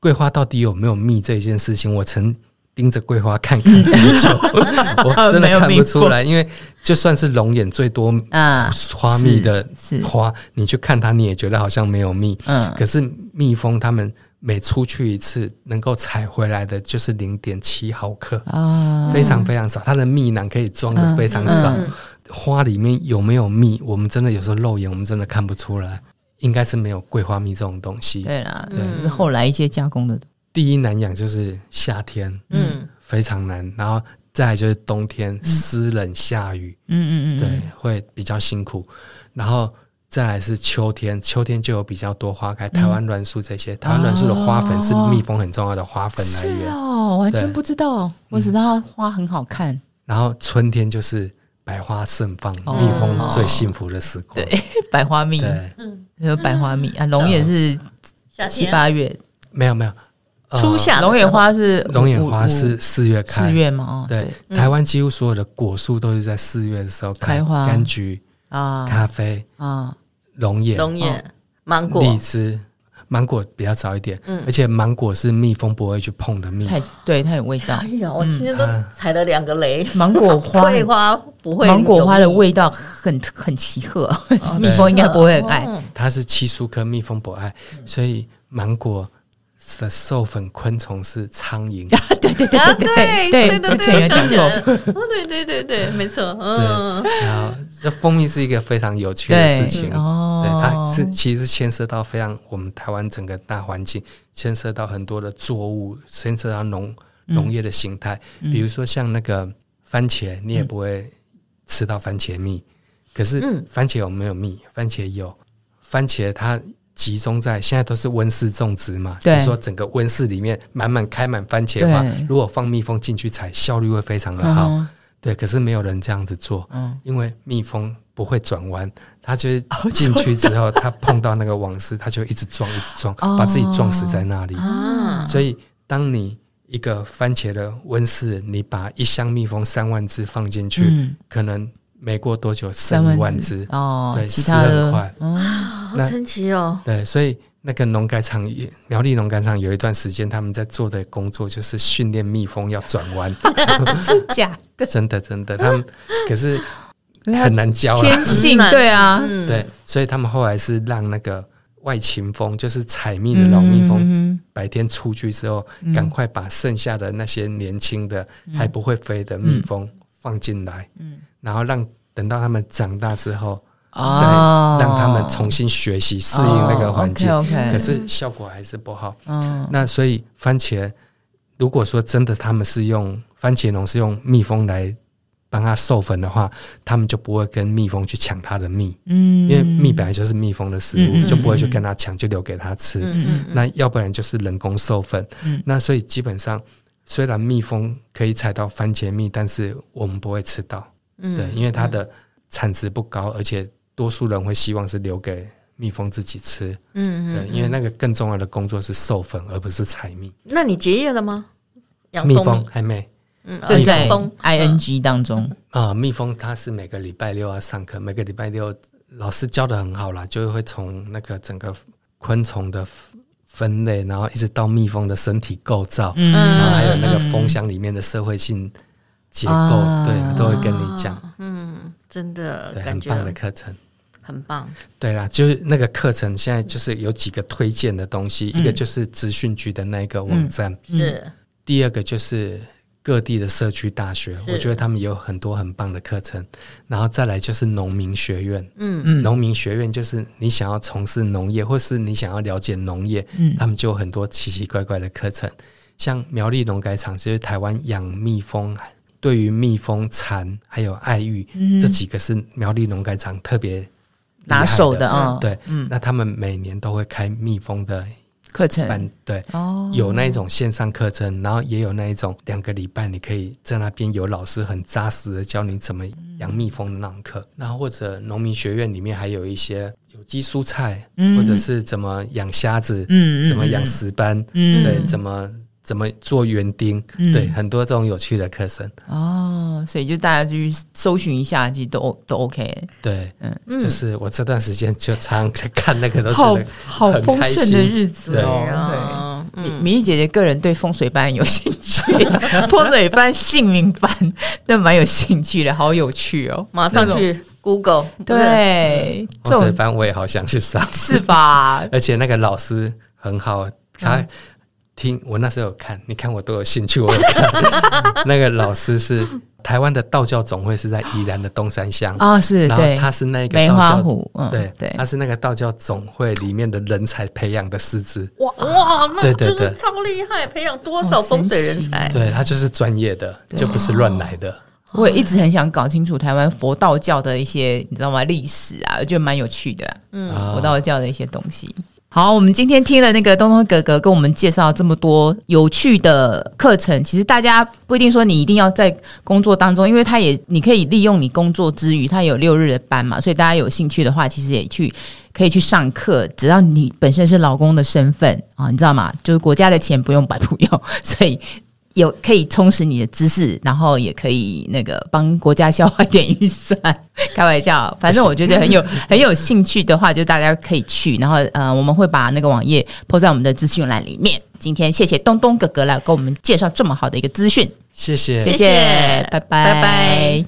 S3: 桂花到底有没有蜜这一件事情，我曾盯着桂花看看很久，我真
S1: 没
S3: 的
S1: 有
S3: 看
S1: 蜜
S3: 不
S1: 蜂
S3: 出来，因为就算是龙眼最多
S1: 啊，
S3: 花蜜的
S1: 是是
S3: 花，你去看它，你也觉得好像没有蜜。
S1: 嗯
S3: 可是蜜蜂它们每出去一次，能够采回来的就是零点七毫克
S1: 嗯
S3: 啊，非常非常少。它的蜜囊可以装的非常少，
S1: 嗯
S3: 花里面有没有蜜，我们真的有时候肉眼我们真的看不出来，应该是没有桂花蜜这种东西。
S1: 对啦，只是后来一些加工的。
S3: 第一难养就是夏天，嗯，非常难，然后再来就是冬
S1: 嗯
S3: 天湿冷下雨，
S1: 嗯嗯嗯，
S3: 对，会比较辛苦。然后再来是秋天，秋天就有比较多花开，台湾栾树这
S1: 嗯
S3: 些，台湾栾树的花粉是蜜蜂很重要的花粉来
S1: 是
S3: 源。
S1: 哦，完
S3: 对
S1: 全不知道，我只知道花很好看。
S3: 然后春天就是百花盛放，
S1: 哦
S3: 蜜蜂最幸福的时光。对，
S1: 百花蜜，还有百花蜜啊，龙眼是
S2: 夏
S1: 七
S2: 天
S1: 八月，
S3: 没有没有，呃
S2: 初夏的时候
S1: 龙眼花是
S3: 龙眼
S1: 五
S3: 花
S1: 五
S3: 是四月开，
S1: 四月嘛？哦，
S3: 对，台湾几乎所有的果树都是在四月的时候开
S1: 开花
S3: 柑橘、
S1: 啊
S3: 咖啡、
S1: 啊，
S3: 龙眼、
S2: 龙
S1: 哦
S2: 眼、芒果，
S3: 荔枝。芒果比较早一点，而且芒果是蜜蜂不会去碰的
S1: 嗯
S3: 蜜，
S1: 太对，它有味道
S2: 哎。呀，我今天都踩了两个雷，
S1: 嗯芒果 花
S2: 桂花不会，
S1: 芒果花的味道很很奇特， 蜜蜂应该不会很
S2: 哦
S1: 爱。
S3: 它是七树科蜜蜂不爱，所以芒果的授粉昆虫是苍蝇。
S1: 对对
S2: 啊
S1: 对对对对，之前有讲过。
S2: 过，哦，对对对对，没错，嗯，
S3: 对，然后这蜂蜜是一个非常有趣的事情
S1: 对哦
S3: 对，它是其实牵涉到非常我们台湾整个大环境，牵涉到很多的作物，牵涉到农农业的形态，
S1: 嗯
S3: 比如说像那个番茄，你也不会吃到番茄蜜，可
S1: 嗯
S3: 是番茄有没有蜜？番茄有，番茄它。集中在现在都是温室种植嘛，
S1: 对
S3: 你说整个温室里面满满开满番茄花
S1: 对，
S3: 如果放蜜蜂进去采，效率会非常的好。
S1: 嗯
S3: 对，可是没有人这样子做，
S1: 嗯
S3: 因为蜜蜂不会转弯，它就是进去之后，它碰到那个网丝，它就一直撞，一直撞，
S1: 哦
S3: 把自己撞死在那里。
S2: 啊
S3: 所以，当你一个番茄的温室，你把一箱蜜蜂三万只放进去，
S1: 嗯
S3: 可能没过多久
S1: 三
S3: 剩一
S1: 万
S3: 万
S1: 只
S3: 只，
S1: 哦
S3: 对，，
S1: 其
S3: 死
S1: 他
S3: 很
S1: 的嗯
S3: 快。
S2: 好
S3: 那
S2: 神奇哦，
S3: 对，所以那个农改场也，苗栗农改场有一段时间，他们在做的工作就是训练蜜蜂要转 弯，
S1: 真假的
S3: 真的真的，他 们可是
S1: 可是它
S3: 很难教啦。
S1: 天性，
S2: 很难
S1: 对啊，
S2: 嗯
S3: 对，所以他们后来是让那个外勤蜂，就是采蜜的老蜜蜂，
S1: 嗯
S3: 白天出去之后，赶快把剩下的那些年轻的
S1: 嗯
S3: 还不会飞的蜜蜂放进来，然后让等到他们长大之后，再
S1: 哦
S3: 让他们重新学习适应那个环境。
S1: 哦，OK，OK
S3: 可是效果还是不好。
S1: 嗯
S3: 那所以番茄，如果说真的他们是用番茄农是用蜜蜂来帮它授粉的话，它们就不会跟蜜蜂去抢它的蜜，嗯，因为蜜本来就是蜜蜂的食物，就不会去跟它抢，就留给它
S2: 嗯
S3: 吃。
S1: 嗯
S3: 那要不然就是人工授粉，那所以基本上虽然蜜蜂可以采到番茄蜜，但是我们不会吃到，对，因为它的产值不高，而且多数人会希望是留给蜜蜂自己吃，
S2: 嗯嗯。
S3: 对，因为那个更重要的工作是授粉，而不是采蜜。
S2: 那你结业了吗？养
S3: 蜜
S2: 蜂
S3: 蜂还没。
S2: 嗯
S1: 正在
S2: 养蜂
S1: ing 当中，
S3: 啊、蜜蜂它是每个礼拜六要啊上课，每个礼拜六老师教的很好啦，就会从那个整个昆虫的分类，然后一直到蜜蜂的身体构造，
S2: 嗯
S3: 然后还有那个蜂箱里面的社会性结构，
S1: 啊
S3: 对，都会跟你讲，
S2: 嗯，真的
S3: 对，
S2: 感
S3: 很
S2: 觉
S3: 棒的课程。
S2: 很棒，
S3: 对啦，就是那个课程现在就是有几个推荐的东
S2: 嗯
S3: 西，一个就是资讯局的那个网站，
S2: 是
S3: 第二个就是各地的社区大学，我觉得他们有很多很棒的课程，然后再来就是农民学院，嗯，农民学院就是你想要从事农业，或是你想要了解农业，他们就有很多奇奇怪怪的课程，像苗栗农改场就是台湾养蜜蜂。对于蜜蜂蚕还有爱玉、这几个是苗栗农改场特别厉害
S1: 拿手的啊
S3: 嗯对，那他们每年都会开蜜蜂的
S1: 课程哦
S3: 班，对，有那一种线上课程，然后也有那一种两个礼拜你可以在那边有老师很扎实的教你怎么养蜜蜂的那种
S1: 嗯
S3: 课，然后或者农民学院里面还有一些有机蔬菜，或者是怎么养虾子，
S1: 嗯嗯嗯
S3: 怎么养石斑，
S1: 嗯
S3: 对，怎么怎么做园丁，对，很多这种有趣的课程，
S1: 哦，所以就大家去搜寻一下，其实都 O- 都 OK，
S3: 对，
S1: 嗯
S3: 就是我这段时间就常常在看那个，都觉
S1: 好
S3: 得
S1: 好
S3: 很
S1: 丰
S3: 开
S1: 盛
S3: 心
S1: 的日子
S2: 对
S1: 哦。
S2: 啊，
S1: 对，米米姐姐个人对风水班有兴 趣，风水班、姓名班，那蛮有兴趣的，好有趣哦。
S2: 马上去 Google，不是，
S1: 对，这
S3: 啊嗯风水
S1: 种
S3: 班我也好想去上。
S1: 是吧？
S3: 而且那个老师很好，他
S1: 嗯
S3: 听我那时候有看，你看我都有兴趣，我 有看。那个老师是台湾的道教总会是在宜兰的东山乡，
S1: 啊，是
S3: 然后
S1: 对，
S3: 他是那个
S1: 梅
S3: 道教
S1: 花湖，嗯，
S3: 对
S1: 对，
S3: 他是那个道教总会里面的人才培养的师资，
S2: 哇哇，那
S3: 对对
S2: 就是
S3: 对
S2: 超厉害，培养多少风水人
S1: 哎
S2: 才？
S3: 对他就是专业的，就不是
S1: 哦
S3: 乱来的。
S1: 我也一直很想搞清楚台湾佛道教的一些，你知道吗？历史啊，我觉得蛮有趣的、嗯，
S3: 啊
S1: 佛道教的一些东西。好，我们今天听了那个东东哥哥跟我们介绍这么多有趣的课程，其实大家不一定说你一定要在工作当中，因为他也你可以利用你工作之余，他有六日的班嘛，所以大家有兴趣的话，其实也去可以去上课，只要你本身是劳工的身份啊，你知道吗？就是国家的钱不用白不用， 所以有可以充实你的知识，然后也可以那个帮国家消化一点预算。开玩笑，反正我觉得很有很有兴趣的话，就大家可以去。然后呃，我们会把那个网页 po 在我们的资讯栏里面。今天谢谢东东哥哥来给我们介绍这么好的一个资讯，
S3: 谢谢
S1: 谢
S2: 谢谢
S1: 拜拜
S2: 拜拜